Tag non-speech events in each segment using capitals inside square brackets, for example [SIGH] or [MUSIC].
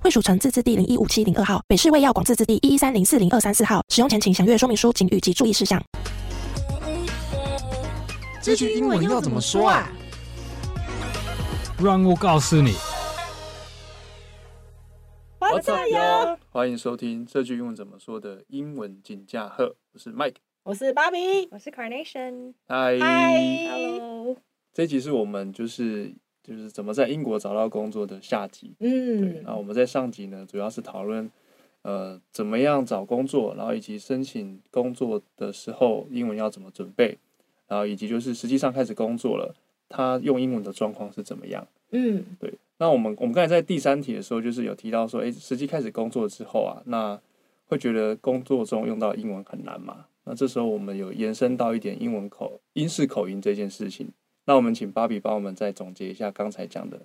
惠蜀城自治地零一五七零二号，北市卫药广自治地一一三零四零二三四号。使用前请详阅说明书、警语及注意事项。这句英文要怎么说啊？让我告诉你。我怎样？欢迎收听这句英文怎么说的英文锦驾鹤，我是 Mike。我是芭比，我是 Carnation，嗨， Hello，这集是我们就是就是怎么在英国找到工作的下集。嗯，那我们在上集呢，主要是讨论呃怎么样找工作，然后以及申请工作的时候英文要怎么准备，然后以及就是实际上开始工作了，他用英文的状况是怎么样。嗯，对，那我们我们刚才在第三题的时候，就是有提到说，诶，实际开始工作之后啊，那会觉得工作中用到英文很难嘛？那这时候我们有延伸到一点英文口英式口音这件事情。那我们请芭比帮我们再总结一下刚才讲的，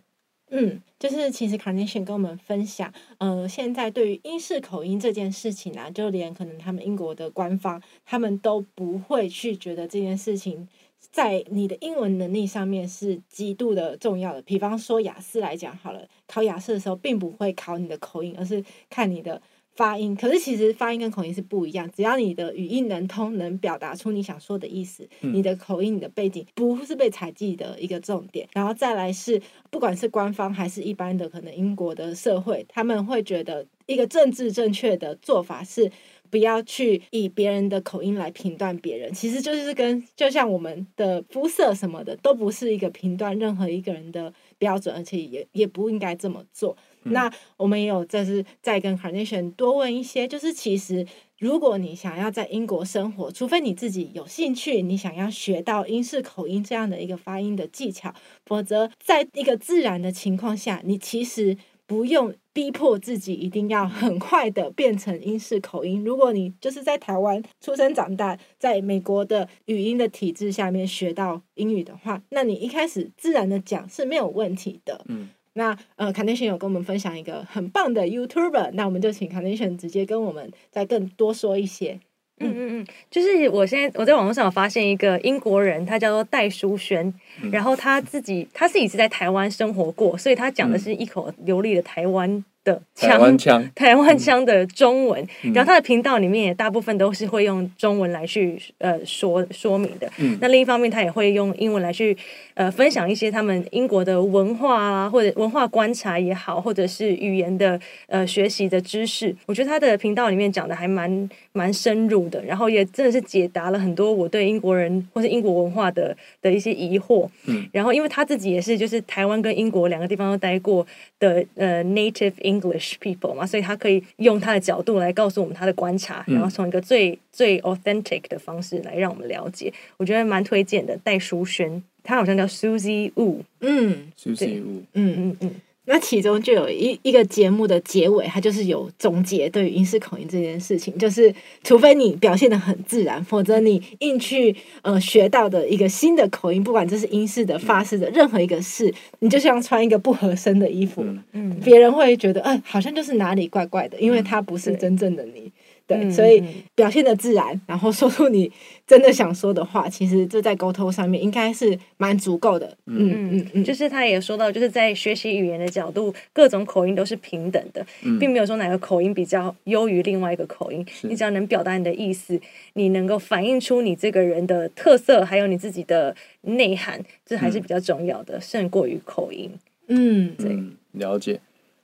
嗯，就是其实 Carnation 跟我们分享，呃，现在对于英式口音这件事情啊，就连可能他们英国的官方，他们都不会去觉得这件事情在你的英文能力上面是极度的重要的。比方说雅思来讲好了，考雅思的时候并不会考你的口音，而是看你的。发音，可是其实发音跟口音是不一样。只要你的语义能通，能表达出你想说的意思，嗯你的口音、你的背景不是被采集的一个重点。然后再来是，不管是官方还是一般的，可能英国的社会，他们会觉得一个政治正确的做法是。不要去以别人的口音来评断别人，其实就是跟就像我们的肤色什么的，都不是一个评断任何一个人的标准，而且也也不应该这么做。嗯那我们也有这是在跟 Carnation 多问一些，就是其实如果你想要在英国生活，除非你自己有兴趣，你想要学到英式口音这样的一个发音的技巧，否则在一个自然的情况下，你其实不用逼迫自己一定要很快的变成英式口音。如果你就是在台湾出生长大，在美国的语音的体制下面学到英语的话，那你一开始自然的讲是没有问题的。嗯，那呃，Carnation 有跟我们分享一个很棒的 YouTuber，那我们就请 Carnation 直接跟我们再更多说一些。嗯嗯嗯，就是我现在我在网络上有发现一个英国人，他叫做戴淑璇，嗯然后他自己他自己是在台湾生活过，所以他讲的是一口流利的台湾的台腔。湾腔， [LAUGHS] 台湾腔的中文，嗯然后他的频道里面也大部分都是会用中文来去呃说说明的。呃嗯那另一方面，他也会用英文来去呃分享一些他们英国的文化啊，或者文化观察也好，或者是语言的呃学习的知识。我觉得他的频道里面讲的还蛮蛮深入的，然后也真的是解答了很多我对英国人或是英国文化的的一些疑惑。嗯然后因为他自己也是就是台湾跟英国两个地方都待过的呃 native English people 嘛，所以他可以用他的角度来告诉我们他的观察，嗯然后从一个最最 authentic 的方式来让我们了解。我觉得蛮推荐的，戴淑萱，她好像叫 Susie Wu，嗯是不是有？嗯，嗯嗯，那其中就有一一个节目的结尾，它就是有总结对于英式口音这件事情，就是除非你表现的很自然，否则你硬去呃学到的一个新的口音，不管这是英式的、法式的任何一个式，你就像穿一个不合身的衣服，嗯嗯别人会觉得，嗯、好像就是哪里怪怪的，因为嗯它不是对真正的你。对，嗯所以嗯嗯表现的自然，然后说出你真的想说的话，其实这在沟通上面应该是蛮足够的。嗯嗯嗯，就是是他也说到，就是在学习语言的角度，各种口音都是平等的，嗯并没有说哪个口音比较优于另外一个口音。你只要能表达你的意思，你能够反映出你这个人的特色，还有你自己的内涵，这还是比较重要的，胜过于口音。嗯对嗯，了解。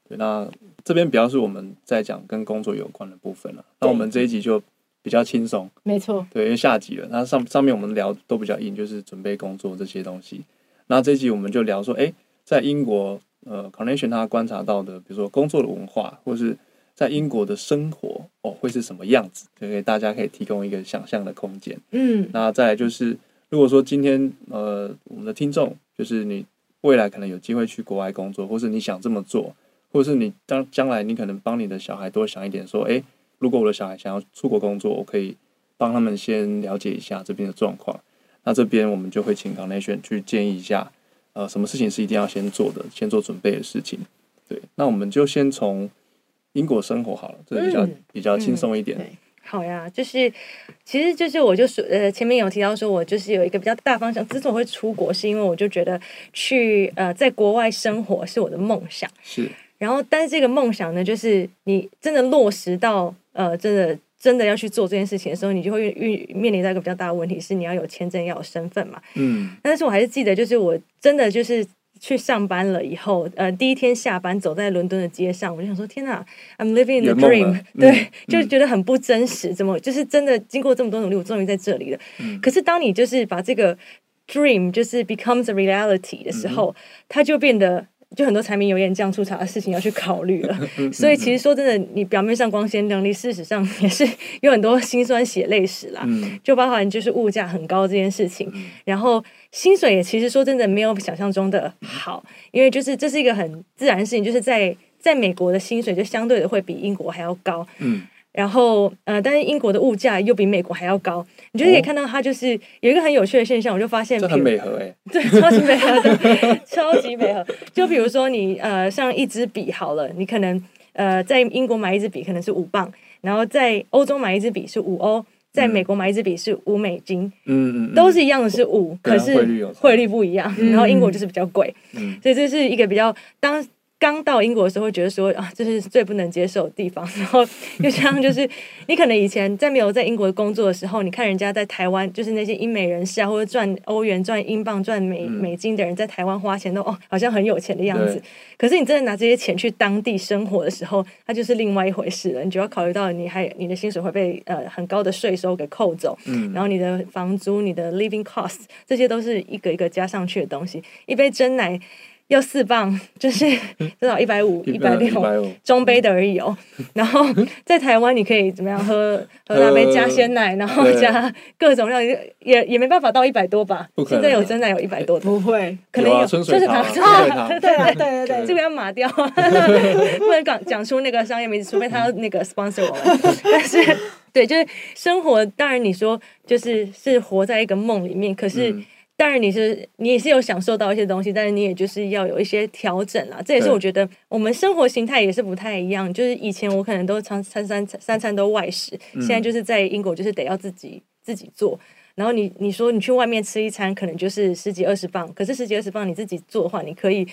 对，那这边比较是我们在讲跟工作有关的部分了。那我们这一集就比较轻松，没错，对，因为下集了，那上上面我们聊都比较硬，就是准备工作这些东西。那这一集我们就聊说，哎，在英国，呃，Carnation 他观察到的，比如说工作的文化，或是在英国的生活，哦，会是什么样子？就给大家可以提供一个想象的空间。嗯那再来就是，如果说今天呃我们的听众，就是你未来可能有机会去国外工作，或是你想这么做，或者是你将将来你可能帮你的小孩多想一点，说，诶，如果我的小孩想要出国工作，我可以帮他们先了解一下这边的状况。那这边我们就会请 c o n n e t i o n 去建议一下，呃，什么事情是一定要先做的，先做准备的事情。对，那我们就先从英国生活好了，这个比较、嗯比较轻松一点。嗯对好呀，就是，其实就是我就说，呃，前面有提到说，我就是有一个比较大方向。之所以会出国，是因为我就觉得去呃，在国外生活是我的梦想。是然后，但是这个梦想呢，就是你真的落实到呃，真的真的要去做这件事情的时候，你就会遇面临到一个比较大的问题，是你要有签证，要有身份嘛。嗯，但是我还是记得，就是我真的就是去上班了以后，呃，第一天下班走在伦敦的街上，我就想说：天哪，I'm living in the 圆梦了 dream，、嗯对，嗯就觉得很不真实。怎么就是真的经过这么多努力，我终于在这里了。嗯可是当你就是把这个 dream 就是 becomes a reality 的时嗯候，它就变得。就很多柴米油盐酱醋茶的事情要去考虑 [LAUGHS] 了，嗯所以其实说真的，你表面上光鲜亮丽，事实上也是有很多辛酸血泪史啦。嗯就包含就是物价很高这件事情，然后薪水也其实说真的没有想象中的好，因为就是这是一个很自然的事情，就是在在美国的薪水就相对的会比英国还要高，嗯然后呃，但是英国的物价又比美国还要高，你就可以哦看到它就是有一个很有趣的现象，我就发现这比很如美和诶， [LAUGHS] 对，超级美合的，超级美合。就比如说你呃，像一支笔好了，你可能呃在英国买一支笔可能是五磅，然后在欧洲买一支笔是五欧，在美国买一支笔是五美金，嗯嗯，嗯都是一样的是五、对啊可是汇率有差汇率不一样，然后英国就是比较贵，嗯所以这是一个比较当。刚到英国的时候，会觉得说啊，这是最不能接受的地方。然 [LAUGHS] 后又像就是，你可能以前在没有在英国工作的时候，你看人家在台湾，就是那些英美人士啊，或者赚欧元、赚英镑、赚美嗯美金的人，在台湾花钱都哦，好像很有钱的样子对。可是你真的拿这些钱去当地生活的时候，它就是另外一回事了。你就要考虑到你还你的薪水会被呃很高的税收给扣走，嗯然后你的房租、你的 living cost，这些都是一个一个加上去的东西。一杯真奶要四磅，就是 [LAUGHS] 至少一百五、一百一百六。五，中杯的而已哦，然后在台湾你可以怎么样 [LAUGHS] 喝喝那杯喝加鲜奶，然后对加各种料，也也也没办法到一百多吧不。可现能在有真奶有一百多的，不会，可能有啊就春是水他堂对春水 [LAUGHS] 堂对啊对对对啊对对这个要码掉， [LAUGHS] 不能讲讲出那个商业名字，除非他那个 sponsor 我们。 [LAUGHS] 但是，对，就是生活，当然你说就是是活在一个梦里面，可是。嗯当然，你是你也是有享受到一些东西，但是你也就是要有一些调整啦。这也是对我觉得我们生活形态也是不太一样。就是以前我可能都常三三三餐都外食，嗯现在就是在英国就是得要自己自己做。然后你你说你去外面吃一餐，可能就是十几二十磅，可是十几二十磅你自己做的话，你可以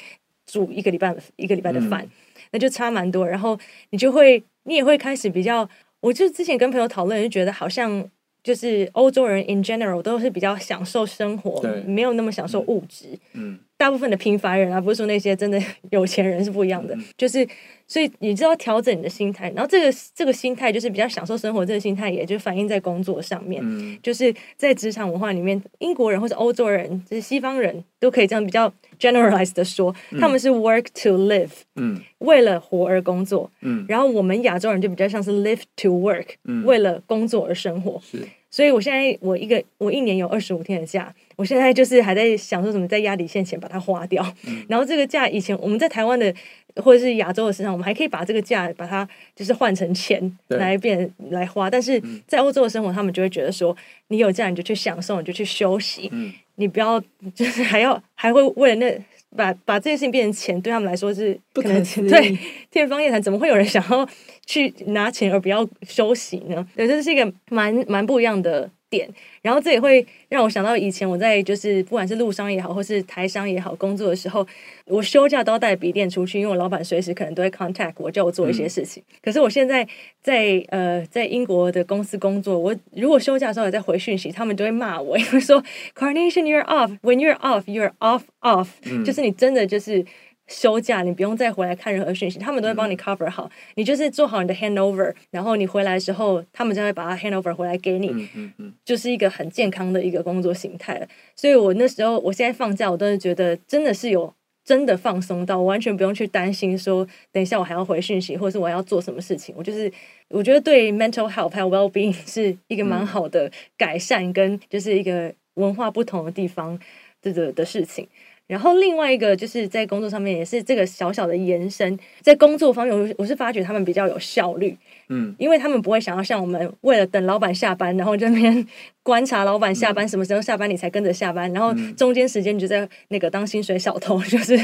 煮一个礼拜一个礼拜的嗯饭，那就差蛮多。然后你就会你也会开始比较，我就之前跟朋友讨论，就觉得好像就是欧洲人 in general 都是比较享受生活对，没有那么享受物质。嗯大部分的平凡人啊，不是说那些真的 [LAUGHS] 有钱人是不一样嗯的，就是所以你知道调整你的心态，然后这个这个心态就是比较享受生活，这个心态也就反映在工作上面。嗯就是在职场文化里面，英国人或者欧洲人，就是西方人都可以这样比较 generalized 的说，他们是 work to live，嗯为了活而工作。嗯，然后我们亚洲人就比较像是 live to work，、嗯为了工作而生活。是所以我现在我一个我一年有二十五天的假，我现在就是还在想说怎么在压力线前把它花掉。嗯然后这个假以前我们在台湾的或者是亚洲的市场，我们还可以把这个假把它就是换成钱对来变来花，但是嗯在欧洲的生活，他们就会觉得说，你有假你就去享受，你就去休息，嗯你不要就是还要还会为了那。把把这件事情变成钱，对他们来说是不能可思议对天方夜谭，怎么会有人想要去拿钱而不要休息呢？ [LAUGHS] 对，这是一个蛮蛮不一样的点。然后这也会让我想到以前我在就是不管是陆商也好，或是台商也好，工作的时候，我休假都要带笔电出去，因为我老板随时可能都会 contact 我，叫我做一些事情。可是我现在在呃在英国的公司工作，我如果休假的时候也在回讯息，他们就会骂我，因为说 Carnation you're off when you're off you're off off，、就是你真的就是。休假，你不用再回来看任何讯息，他们都会帮你 cover 好。你就是做好你的 handover，然后你回来的时候，他们就会把它 handover 回来给你。嗯嗯嗯就是一个很健康的一个工作形态了。所以我那时候，我现在放假，我都是觉得真的是有真的放松到，我完全不用去担心说，等一下我还要回讯息，或者是我要做什么事情。我就是我觉得对 mental health 还有 well being 是一个蛮好的改善，跟就是一个文化不同的地方这个的事情。然后另外一个就是在工作上面也是这个小小的延伸，在工作方面，我我是发觉他们比较有效率，嗯，因为他们不会想要像我们为了等老板下班，然后这边 [LAUGHS] 观察老板下班、什么时候下班你才跟着下班，然后嗯中间时间你就在那个当薪水小偷，就是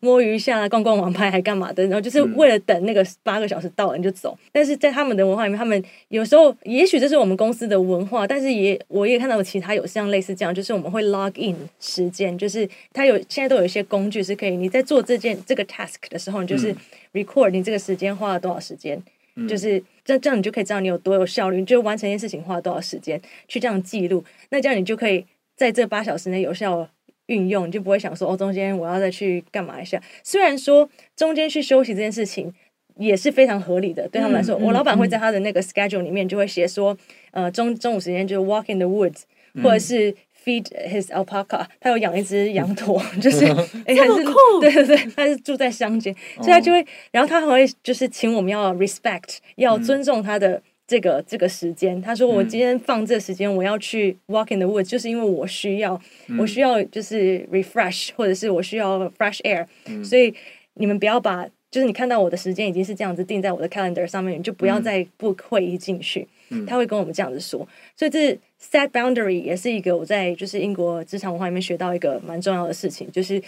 摸鱼一下、逛逛网拍还干嘛的，然后就是嗯为了等那个八个小时到了你就走。但是在他们的文化里面，他们有时候也许这是我们公司的文化，但是也我也看到有其他有像类似这样，就是我们会 log in 时间，就是它有现在都有一些工具是可以你在做这件这个 task 的时候，你就是嗯 record 你这个时间花了多少时间。嗯就是这这样你就可以知道你有多有效率，你就完成一件事情花了多少时间去这样记录，那这样你就可以在这八小时内有效运用，你就不会想说哦中间我要再去干嘛一下。虽然说中间去休息这件事情。也是非常合理的，对他们来说，我老板会在他的那个 schedule 里面就会写说，呃，中中午时间就是 walk in the woods，、或者是 feed his alpaca，他有养一只羊驼， [LAUGHS] 就是、哎，这么酷，对对对，他是住在乡间，所以他就会，然后他还会就是请我们要 respect，要尊重他的这个、这个时间。他说我嗯今天放这时间，我要去 walk in the woods，就是因为我需要，我需要就是 refresh，或者是我需要 fresh air，、所以你们不要把。就是你看到我的时间已经是这样子定在我的 calendar 上面，你就不要再 book 会议进去。他会跟我们这样子说，所以这 set boundary 也是一个我在就是英国职场文化里面学到一个蛮重要的事情，就是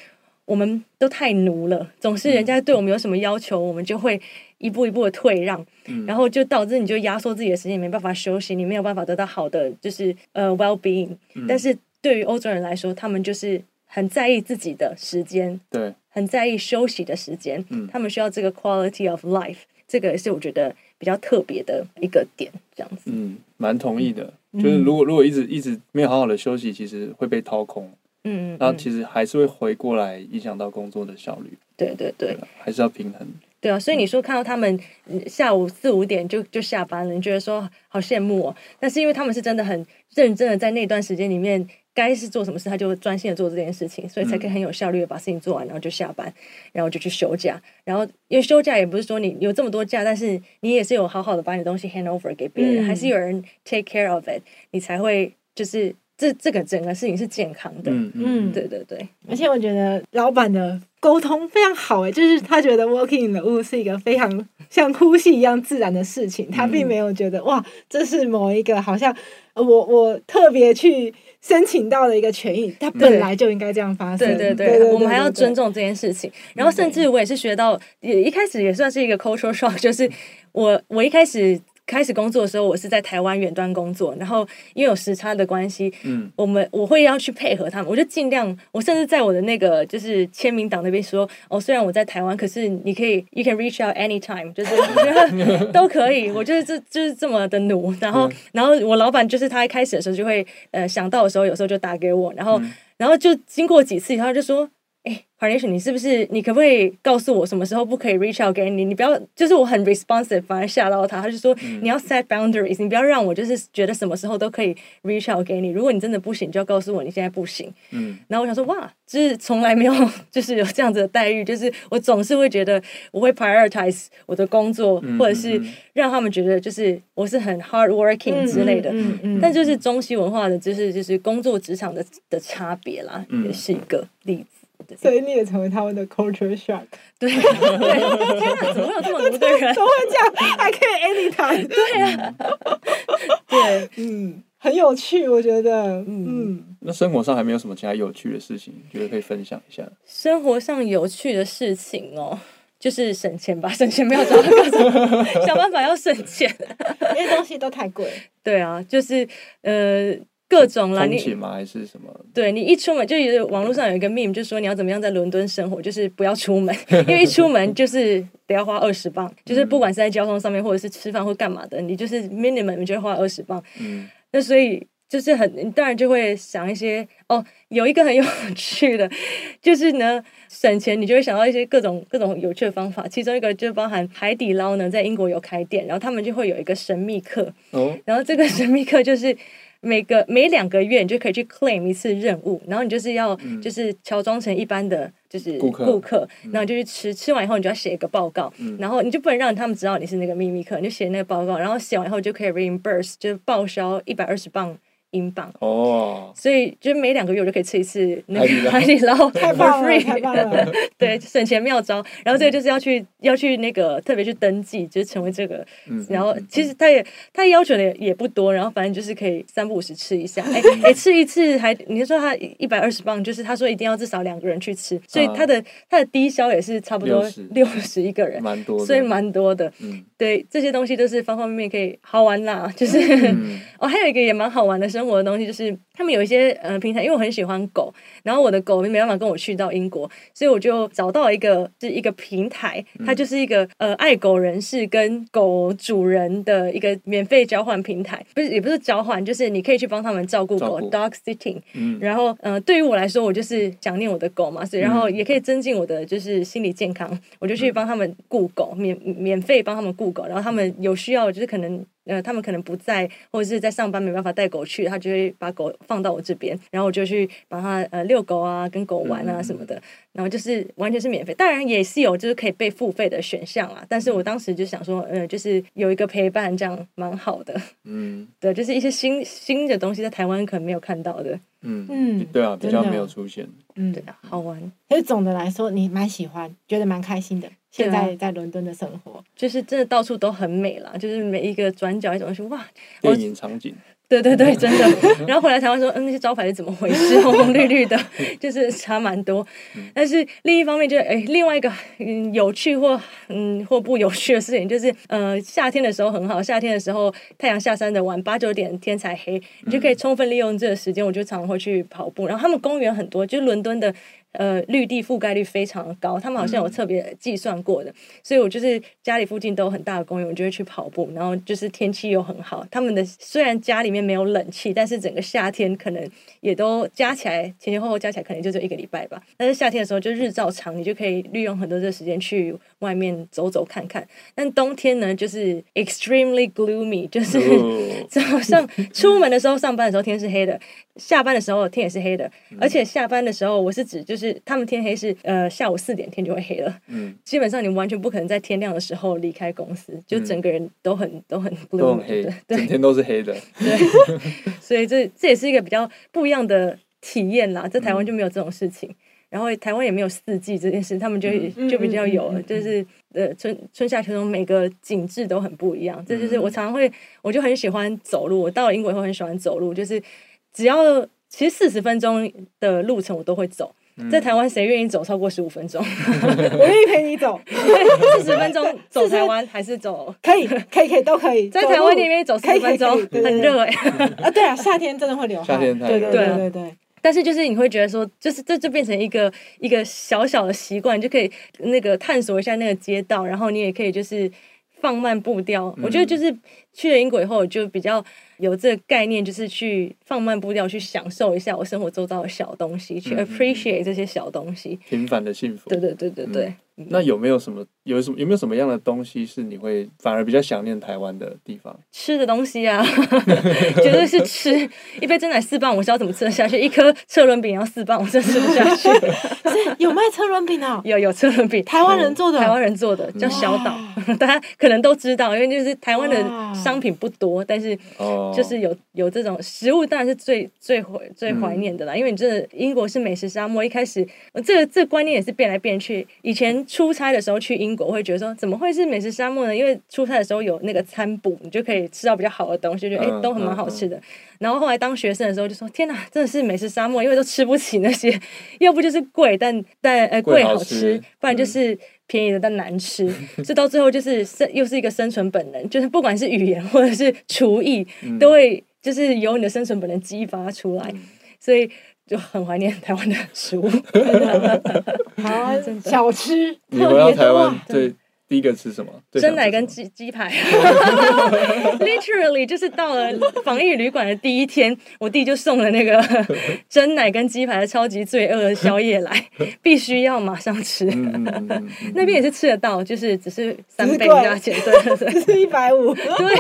我们都太奴了，总是人家对我们有什么要求，我们就会一步一步的退让，然后就导致你就压缩自己的时间，你没办法休息，你没有办法得到好的就是呃 well being、但是对于欧洲人来说，他们就是很在意自己的时间，对，很在意休息的时间，嗯他们需要这个 quality of life，这个也是我觉得比较特别的一个点，这样子。嗯，蛮同意的。就是如果如果一直一直没有好好的休息，其实会被掏空，嗯，嗯那嗯其实还是会回过来影响到工作的效率，对对对啊还是要平衡。对啊，所以你说看到他们嗯下午四五点就就下班了，你觉得说好羡慕哦。但是因为他们是真的很认真的在那段时间里面，该是做什么事他就专心的做这件事情，所以才可以很有效率的把事情做完，然后就下班，然后就去休假。然后因为休假也不是说你有这么多假，但是你也是有好好的把你的东西 hand over 给别人，嗯还是有人 take care of it，你才会就是这这个整个事情是健康的。嗯嗯，对对对，而且我觉得老板的沟通非常好诶、哎就是他觉得 working in the w o o d 是一个非常像呼吸一样自然的事情，他并没有觉得、哇，这是某一个好像呃我我特别去申请到的一个权益，它本来就应该这样发生。对对对对，对，我们还要对嗯尊。重这件事情。然后甚至我也是学到，也一开始也算是一个 cultural shock，就是 [LAUGHS] 我我一开始。开始工作的时候，我是在台湾远端工作，然后因为有时差的关系，嗯，我们我会要去配合他们，我就尽量，我甚至在我的那个就是签名档那边说，哦，虽然我在台湾，可是你可以，you can reach out anytime，就是 [LAUGHS] 我觉得都可以，我就是这就是这么的努，然后然后我老板就是他一开始的时候就会呃想到的时候，有时候就打给我，然后然后就经过几次以后，他就说：“哎、c a r n a t i o n 你是不是？你可不可以告诉我什么时候不可以 reach out 给你？你不要，就是我很 responsive，反而吓到他。他就说、你要 set boundaries，你不要让我就是觉得什么时候都可以 reach out 给你。如果你真的不行，就要告诉我你现在不行。嗯，然后我想说，哇，就是从来没有就是有这样子的待遇，就是我总是会觉得我会 prioritize 我的工作，嗯或者是嗯嗯让他们觉得就是我是很 hard working 之类的。嗯嗯，但就是中西文化的，就是就是工作职场的的差别啦，嗯也是一个例子。 [LAUGHS] 所以你也成为他们的 culture shock，对， [LAUGHS] 对，天哪，怎么会有这么奴的人？ [LAUGHS] 都会这样，还可以 anytime，对，对，嗯，很有趣，我觉得，嗯嗯那生活上还没有什么其他有趣的事情，觉得可以分享一下？生活上有趣的事情哦。就是省钱吧，省钱不要找到各种 [LAUGHS] 想办法要省钱。 [LAUGHS] 因为东西都太贵，对啊，就是呃各种啦，通你勤吗？还是什么？对你一出门，就有网络上有一个 meme，就说你要怎么样在伦敦生活，就是不要出门， [LAUGHS] 因为一出门就是得要花二十磅，就是不管是在交通上面，或者是吃饭或干嘛的，你就是 minimum 你就会花二十磅。嗯那所以就是很，你当然就会想一些哦，有一个很有 [LAUGHS] 趣的，就是呢省钱，你就会想到一些各种各种有趣的方法，其中一个就包含海底捞呢，在英国有开店，然后他们就会有一个神秘客，哦，然后这个神秘客就是每个每两个月你就可以去 claim 一次任务，然后你就是要、就是乔装成一般的就是顾客然后你就去吃，吃完以后你就要写一个报告，然后你就不能让他们知道你是那个秘密客，你就写那个报告，然后写完以后就可以 reimburse 就是报销一百二十磅。英镑。哦，所以就每两个月我就可以吃一次那海底个捞海底捞， [LAUGHS] 太 for 棒了， free 太 [LAUGHS] 棒了！对，省钱妙招。然后嗯这个就是要去要去那个特别去登记，就是成为这个。嗯然后嗯嗯其实他也他要求的也也不多，然后反正就是可以三不五时吃一 [LAUGHS] 下。哎哎，吃一次还你说他一百二十磅，就是他说一定要至少两个人去吃，所以啊他的、他的低消也是差不多60六十一个人，蛮多的，所以蛮多的。嗯对，这些东西都是方方面面可以好玩啦，就是。嗯哦，还有一个也蛮好玩的生活的东西，就是他们有一些呃平台，因为我很喜欢狗，然后我的狗没办法跟我去到英国，所以我就找到一个是一个平台，嗯它就是一个呃爱狗人士跟狗主人的一个免费交换平台，不是也不是交换，就是你可以去帮他们照顾照狗顾，dog sitting。嗯，然后，呃，对于我来说，我就是想念我的狗嘛，所以然嗯后也可以增进我的就是心理健康，我就去帮他们顾狗，免免费帮他们顾狗，然后他嗯们有需要，就是可能呃，他们可能不在或者是在上班没办法带狗去，他就会把狗放到我这边，然后我就去帮他呃遛狗啊，跟狗玩嗯嗯啊嗯什么的，然后就是完全是免费，当然也是有就是可以被付费的选项啦，但是嗯我当时就想说，呃，就是有一个陪伴这样蛮好的，嗯对，就是一些新新的东西在台湾可能没有看到的，嗯嗯嗯，对啊，比较真的没有出现，嗯对，，好玩。所以总的来说，你蛮喜欢，觉得蛮开心的。现对啊在在伦敦的生活，就是真的到处都很美啦，就是每一个转角一种是哇，我电影场景，对对对，真的。然后回来台湾说，嗯，那些招牌是怎么回事？ [LAUGHS] 红红绿绿的，就是差蛮多。但是另一方面就，哎，另外一个嗯有趣或嗯或不有趣的事情，就是呃夏天的时候很好，夏天的时候太阳下山的晚八九点天才黑，你就可以充分利用这个时间。我就常常会去跑步，然后他们公园很多，就是伦敦的呃绿地覆盖率非常高，他们好像有特别计算过的，所以我就是家里附近都有很大的公园，我就会去跑步，然后就是天气又很好，他们的虽然家里面没有冷气，但是整个夏天可能也都加起来前前后后加起来可能就只有一个礼拜吧，但是夏天的时候就日照长，你就可以利用很多的时间去外面走走看看，但冬天呢就是 extremely gloomy，就是、 [LAUGHS] 哦早上出门的时候、上班的时候天是黑的，下班的时候天也是黑的，而且下班的时候，我是指就是他们天黑是呃下午四点天就会黑了，嗯，基本上你完全不可能在天亮的时候离开公司，就嗯整个人都很、都很 gloomy，都很对，黑整对天都是 [LAUGHS] 黑的，对，所以这这也是一个比较不一样的体验啦，在台湾就没有这种事情。然后台湾也没有四季这件事，他们就嗯就比较有嗯嗯嗯嗯，就是呃春春夏秋冬每个景致都很不一样。这就是我嗯常常会，我就很喜欢走路。我到了英国以后很喜欢走路，就是只要其实四十分钟的路程我都会走。嗯在嗯台湾谁愿意走超过十五分 [LAUGHS] 钟？我愿意陪你走， [LAUGHS] 四十分钟走40台湾还是走？可以，可以，可以，都可以。在走台湾路里面走四可以十可以分可钟以对对很对热哎、啊，对啊，夏天真的会流汗，夏天太对热对了对对对， [LAUGHS] 但是就是你会觉得说，就是这就变成一个一个小小的习惯，你就可以那个探索一下那个街道，然后你也可以就是放慢步调。嗯我觉得就是去了英国以后，我就比较有这个概念，就是去放慢步调，去享受一下我生活周遭的小东西，去嗯嗯嗯 appreciate 这些小东西。平凡的幸福对。对对对对，那有没有什么有什么有没有什么样的东西是你会反而比较想念台湾的地方？吃的东西 [LAUGHS] 啊，绝对是吃一杯真奶四磅，我是要怎么吃得下去？一颗车轮饼要四磅，我真的吃不下去。是有卖车轮饼哦 [LAUGHS] 的，有有车轮饼，台湾人做的，台湾人做的叫小岛， [LAUGHS] 大家可能都知道，因为就是台湾的商品不多，但是哦，就是有有这种食物，当然是最最怀最怀念嗯的啦。因为你真的英国是美食沙漠，一开始呃这个这个观念也是变来变去。以前出差的时候去英国，会觉得说怎么会是美食沙漠呢？因为出差的时候有那个餐补，你就可以吃到比较好的东西，就觉得哎、嗯都很蛮好吃的。然后后来当学生的时候就说天哪，真的是美食沙漠，因为都吃不起那些， [LAUGHS] 要不就是贵，但但呃贵贵好好吃吃，不然就是便宜的但难吃，这到最后就是生又是一个生存本能，就是不管是语言或者是厨艺，都会就是由你的生存本能激发出来，所以就很怀念台湾的食物。台啊真湾的小吃特你回到别台多湾啊，最第一个吃什么？最想真奶吃跟什么鸡鸡排啊，literally 就是到了防疫旅馆的第一天，我弟就送了那个真奶跟鸡排的超级罪恶的宵夜来，必须要马上吃。嗯嗯嗯嗯嗯那边也是吃得到，就是只是三只是倍贵价钱，对对对。 [LAUGHS] 是一百 [LAUGHS] 五，对，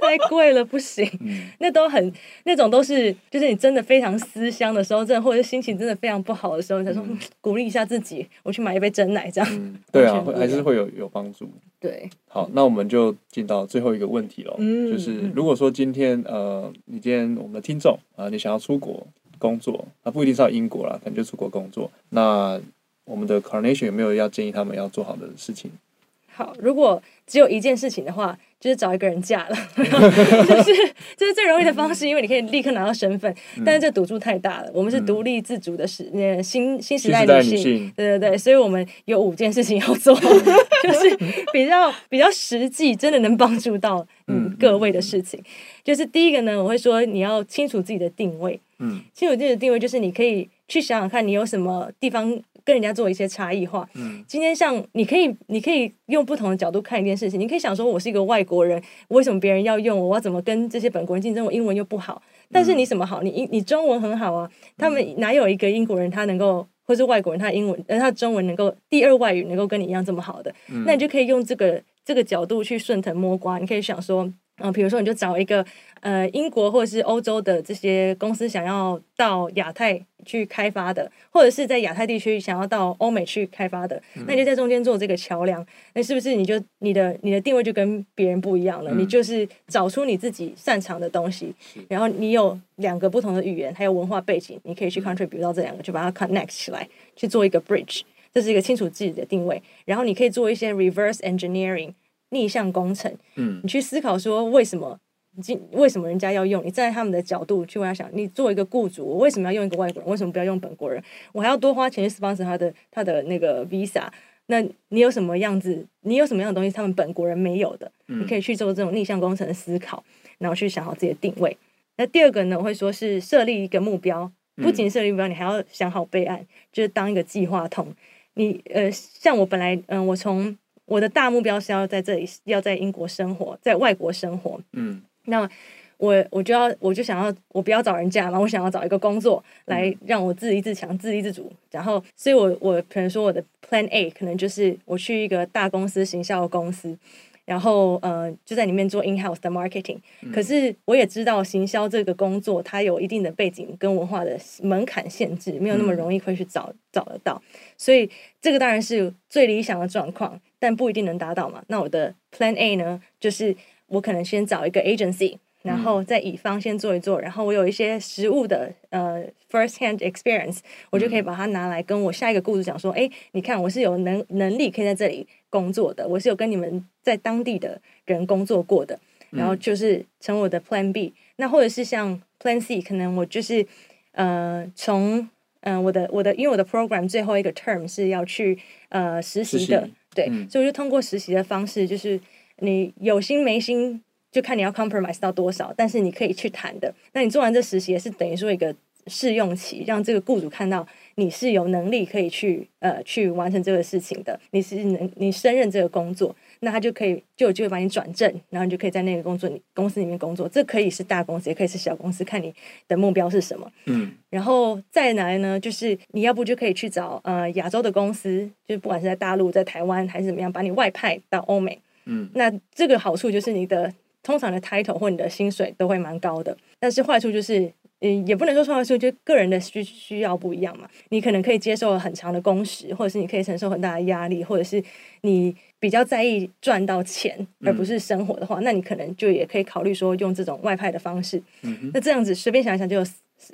太贵了不行。嗯 [LAUGHS] 那都很那种都是，就是你真的非常思乡的时候，真的或者是心情真的非常不好嗯的时候，你才说、嗯鼓励一下自己，我去买一杯真奶这样。 [LAUGHS] 嗯，对啊，完全不一样会还是会有有帮助。对，好，那我们就进到最后一个问题喽，嗯就是如果说今天呃，你今天我们的听众啊、你想要出国工作，啊，不一定是要英国啦，可能就出国工作，那我们的 Carnation 有没有要建议他们要做好的事情？好，如果只有一件事情的话，就是找一个人嫁了， [LAUGHS] 就是这是最容易的方式，因为你可以立刻拿到身份。嗯但是这赌注太大了，我们是独立自主的时呃新新时新代时代性，女性嗯对对对，所以我们有五件事情要做， [LAUGHS] 就是比较比较实际，真的能帮助到嗯嗯各位的事情。就是第一个呢，我会说你要清楚自己的定位，嗯，清楚自己的定位就是你可以去想想看你有什么地方跟人家做一些差异化，嗯今天像你可以，你可以用不同的角度看一件事情。你可以想说，我是一个外国人，为什么别人要用我？我要怎么跟这些本国人竞争？我英文又不好，但是你什么好？你英你中文很好啊。他们哪有一个英国人他能够，或是外国人他英文呃他中文能够第二外语能够跟你一样这么好的？嗯那你就可以用这个这个角度去顺藤摸瓜。你可以想说，嗯、比如说你就找一个呃英国或者是欧洲的这些公司想要到亚太去开发的，或者是在亚太地区想要到欧美去开发的，那你就在中间做这个桥梁，那哎是不是你就你的你的定位就跟别人不一样了？嗯你就是找出你自己擅长的东西，然后你有两个不同的语言还有文化背景，你可以去 contribute 到这两个，就把它 connect 起来，去做一个 bridge。这是一个清楚自己的定位，然后你可以做一些 reverse engineering 逆向工程，嗯你去思考说为什么。今为什么人家要用？你站在他们的角度去为他想，你作为一个雇主，我为什么要用一个外国人？为什么不要用本国人？我还要多花钱去 sponsor 他的他的那个 visa。那你有什么样子？你有什么样的东西是他们本国人没有的？嗯你可以去做这种逆向工程的思考，然后去想好自己的定位。那第二个呢，我会说是设立一个目标，嗯不仅设立目标，你还要想好备案，就是当一个计划筒。你呃，像我本来，嗯、我从我的大目标是要在这里，要在英国生活，在外国生活。嗯那我我就要我就想要我不要找人嫁嘛，我想要找一个工作来让我自立自强、自立自主。然后，所以我我可能说我的 Plan A 可能就是我去一个大公司行销公司，然后呃就在里面做 in house 的 marketing。可是我也知道行销这个工作它有一定的背景跟文化的门槛限制，没有那么嗯容易会去找找得到。所以这个当然是最理想的状况，但不一定能达到嘛。那我的 Plan A 呢，就是我可能先找一个 agency，然后在乙方先做一做，然后我有一些实物的呃 first hand experience，我就可以把它拿来跟我下一个雇主讲说，哎、你看我是有能能力可以在这里工作的，我是有跟你们在当地的人工作过的，然后就是成为我的 Plan B。那或者是像 Plan C，可能我就是呃从嗯、呃我的我的因为我的 program 最后一个 term 是要去呃实习的，实习对，嗯所以我就通过实习的方式，就是你有心没心，就看你要 compromise 到多少，但是你可以去谈的。那你做完这实习也是等于说一个试用期，让这个雇主看到你是有能力可以去呃去完成这个事情的，你是能你胜任这个工作，那他就可以就有机会把你转正，然后你就可以在那个工作里公司里面工作。这可以是大公司，也可以是小公司，看你的目标是什么。嗯然后再来呢，就是你要不就可以去找呃亚洲的公司，就是不管是在大陆、在台湾还是怎么样，把你外派到欧美。嗯那这个好处就是你的通常的 title 或你的薪水都会蛮高的，但是坏处就是。嗯，也不能说是坏处，就个人的需需要不一样嘛。你可能可以接受很长的工时，或者是你可以承受很大的压力，或者是你比较在意赚到钱而不是生活的话，那你可能就也可以考虑说用这种外派的方式。嗯那这样子随便想一想就有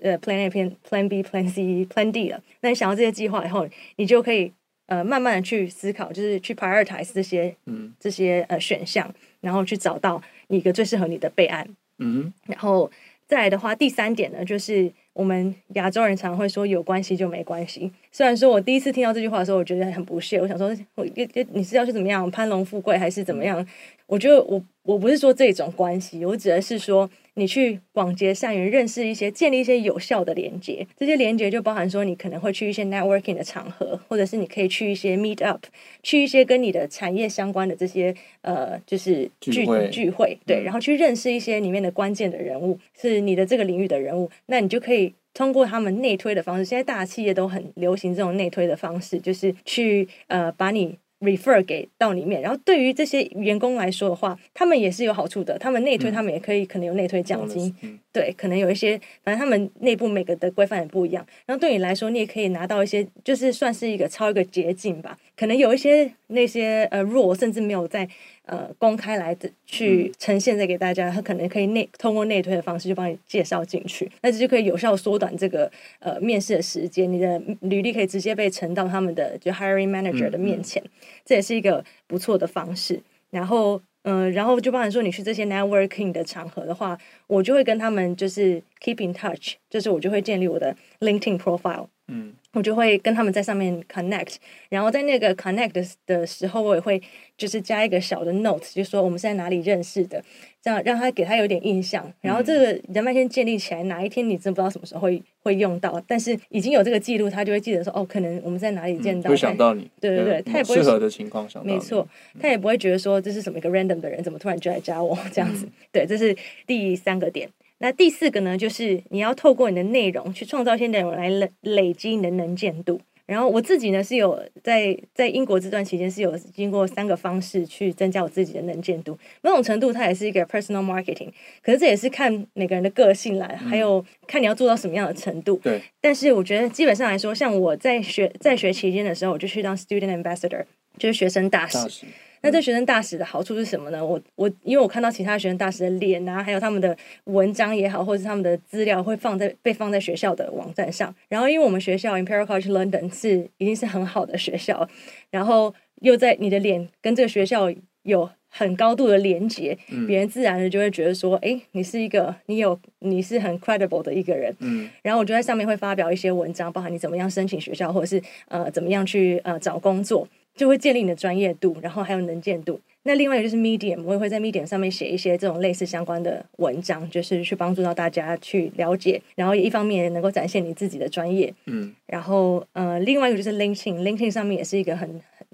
呃 Plan A、Plan Plan B、Plan C、Plan D 了。那你想到这些计划以后，你就可以呃慢慢的去思考，就是去 prioritize 这些嗯这些呃选项，然后去找到一个最适合你的备案。嗯然后再来的话，第三点呢，就是我们亚洲人常会说有关系就没关系。虽然说我第一次听到这句话的时候，我觉得很不屑，我想说，我你你是要去怎么样攀龙富贵还是怎么样？我觉得我我不是说这种关系，我指的是说你去广结善缘，认识一些，建立一些有效的连接。这些连接就包含说你可能会去一些 networking 的场合，或者是你可以去一些 meet up，去一些跟你的产业相关的这些呃，就是聚聚会聚会，对，嗯然后去认识一些里面的关键的人物，是你的这个领域的人物，那你就可以通过他们内推的方式，现在大企业都很流行这种内推的方式，就是去呃把你 refer 给到里面，然后对于这些员工来说的话，他们也是有好处的，他们内推，嗯他们也可以可能有内推奖金，嗯对，可能有一些，反正他们内部每个的规范也不一样。然后对你来说，你也可以拿到一些，就是算是一个抄一个捷径吧。可能有一些那些呃 rule 甚至没有在呃公开来的去呈现在给大家，他可能可以内通过内推的方式就帮你介绍进去，那这就可以有效缩短这个呃面试的时间，你的履历可以直接被呈到他们的就 hiring manager 嗯的面前，这也是一个不错的方式。然后，嗯、然后就包含说你去这些 networking 的场合的话，我就会跟他们就是 keep in touch，就是我就会建立我的 LinkedIn profile，嗯，我就会跟他们在上面 connect，然后在那个 connect 的的时候，我也会就是加一个小的 note，就说我们是在哪里认识的，这样让他给他有点印象。然后这嗯个人脉圈建立起来，哪一天你真不知道什么时候会会用到，但是已经有这个记录，他就会记得说哦，可能我们在哪里见到，嗯会想到你，对对对他也不会适合的情况想到，没错，，他也不会觉得说这是什么一个 random 的人，怎么突然就来加我这样子。对，这是第三个点。那第四个呢，就是你要透过你的内容去创造一些内容来累累积你的能见度。然后我自己呢是有在在英国这段期间是有经过三个方式去增加我自己的能见度，某种程度它也是一个 personal marketing，可是这也是看每个人的个性来，还有看你要做到什么样的程度。对，但是我觉得基本上来说，像我在学在学期间的时候，我就去当 student ambassador，就是学生大使。嗯大使，那对学生大使的好处是什么呢？我我因为我看到其他学生大使的脸啊，还有他们的文章也好，或者是他们的资料会放在被放在学校的网站上。然后因为我们学校 Imperial College London 是已经是很好的学校，然后又在你的脸跟这个学校有很高度的连接，别人自然的就会觉得说，哎，你是一个你有你是很 credible 的一个人。嗯，然后我就在上面会发表一些文章，包含你怎么样申请学校，或者是呃怎么样去呃找工作，就会建立你的专业度，然后还有能见度。那另外一个就是 Medium，我也会在 Medium 上面写一些这种类似相关的文章，就是去帮助到大家去了解，然后也一方面也能够展现你自己的专业，嗯，然后呃，另外一个就是 LinkedIn，LinkedIn 上面也是一个很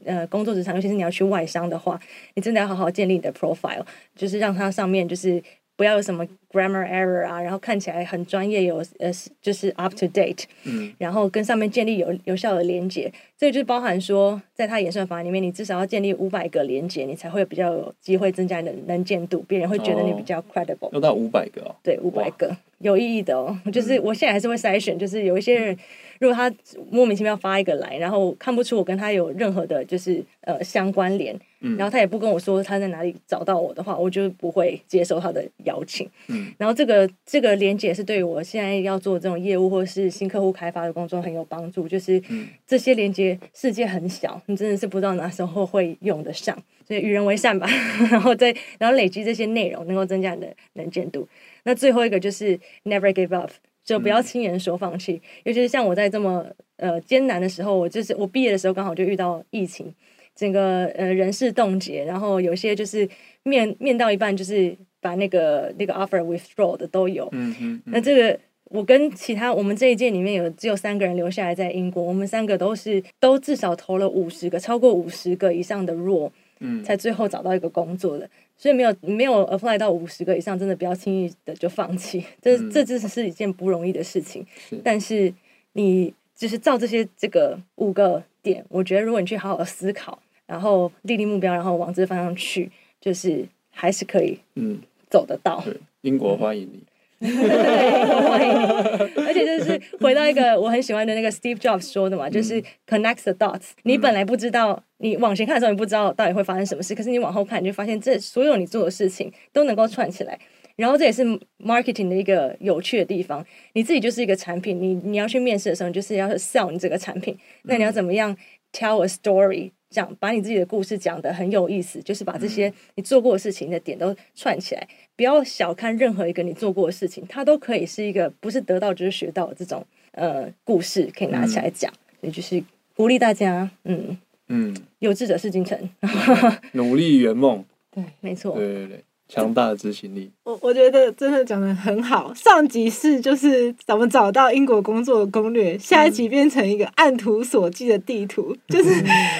呃工作职场，尤其是你要去外商的话，你真的要好好建立你的 profile，就是让它上面就是不要有什么 grammar error 啊，然后看起来很专业，有呃就是 up to date，嗯，然后跟上面建立有有效的连接，这就是包含说，在它演算法里面，你至少要建立五百个连接，你才会比较有机会增加你的能见度，别人会觉得你比较 credible。要到五百个哦，对，五百哇嗯个有意义的哦。就是我现在还是会筛选，就是有一些人，如果他莫名其妙发一个来，然后看不出我跟他有任何的，就是呃相关联，嗯然后他也不跟我说他在哪里找到我的话，我就不会接受他的邀请。嗯然后这个这个连接是对我现在要做这种业务或是新客户开发的工作很有帮助，就是嗯这些连接世界很小，你真的是不知道哪时候会用得上，所以与人为善吧。 [LAUGHS] 然后再然后累积这些内容，能够增加你的能见度。那最后一个就是 never give up，就不要轻言说放弃。尤其是像我在这么呃艰难的时候，我就是我毕业的时候刚好就遇到疫情，整个呃人事冻结，然后有些就是面面到一半就是把那个那个 offer withdraw 的都有。嗯嗯那这个我跟其他我们这一届里面有只有三个人留下来在英国，我们三个都是都至少投了五十个，超过五十个以上的 role，嗯才最后找到一个工作的。所以没有没有 apply 到五十个以上，真的不要轻易的就放弃，这、嗯这真的是一件不容易的事情。是但是你就是照这些这个五个点，我觉得如果你去好好思考，然后立立目标，然后往这个方向去，就是还是可以嗯，走得到。对，英国欢迎你，对，我欢迎你。而且就是回到一个我很喜欢的那个 Steve Jobs 说的嘛，就是 connect the dots。你本来不知道，你往前看的时候你不知道到底会发生什么事，可是你往后看，你就发现这所有你做的事情都能够串起来。然后这也是 marketing 的一个有趣的地方，你自己就是一个产品，你你要去面试的时候，你就是要 sell 你这个产品。那你要怎么样 tell a story，讲把你自己的故事讲得很有意思，就是把这些你做过的事情的点都串起来，不要小看任何一个你做过的事情，它都可以是一个不是得到就是学到的这种呃故事，可以拿起来讲。所以就是鼓励大家，嗯，嗯，有志者事竟成，努力圆梦，没错，嗯对对对，强大的执行力，我我觉得真的讲的很好。上集是就是怎么找到英国工作的攻略，下一嗯集变成一个按图索骥的地图，就是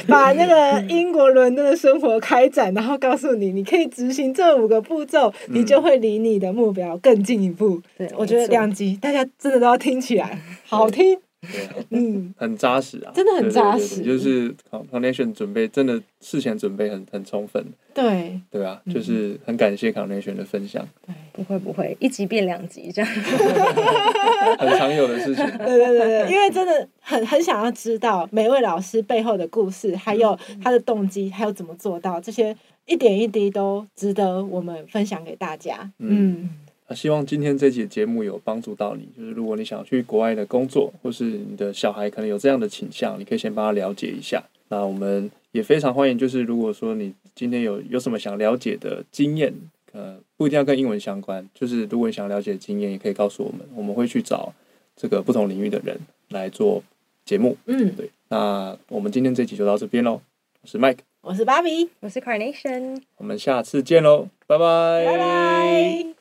把那个嗯英国伦敦的生活开展，然后告诉你，你可以执行这五个步骤，你就会离你的目标更进一步。嗯对我觉得没错两集大家真的都要听起来，好听。对 [LAUGHS] 啊，嗯，很扎实啊，真的很对对扎对对实嗯就是 Carnation 准备真的事前准备很很充分，对对啊，就是很感谢 Carnation 的分享，对不会不会，一集变两集这样。很常有的事 [LAUGHS] 情。对对对对，因为真的很很想要知道每位老师背后的故事，还有他的动机，还有怎么做到这些一点一滴都值得我们分享给大家。嗯嗯，那希望今天这期节目有帮助到你，就是如果你想去国外的工作，或是你的小孩可能有这样的倾向，你可以先帮他了解一下。那我们也非常欢迎，就是如果说你今天有有什么想了解的经验，呃，不一定要跟英文相关，就是如果你想了解的经验，也可以告诉我们，我们会去找这个不同领域的人来做节目。嗯，对，那我们今天这集就到这边喽，我是 Mike，我是芭比，我是 Carnation。我们下次见喽，拜拜，拜拜。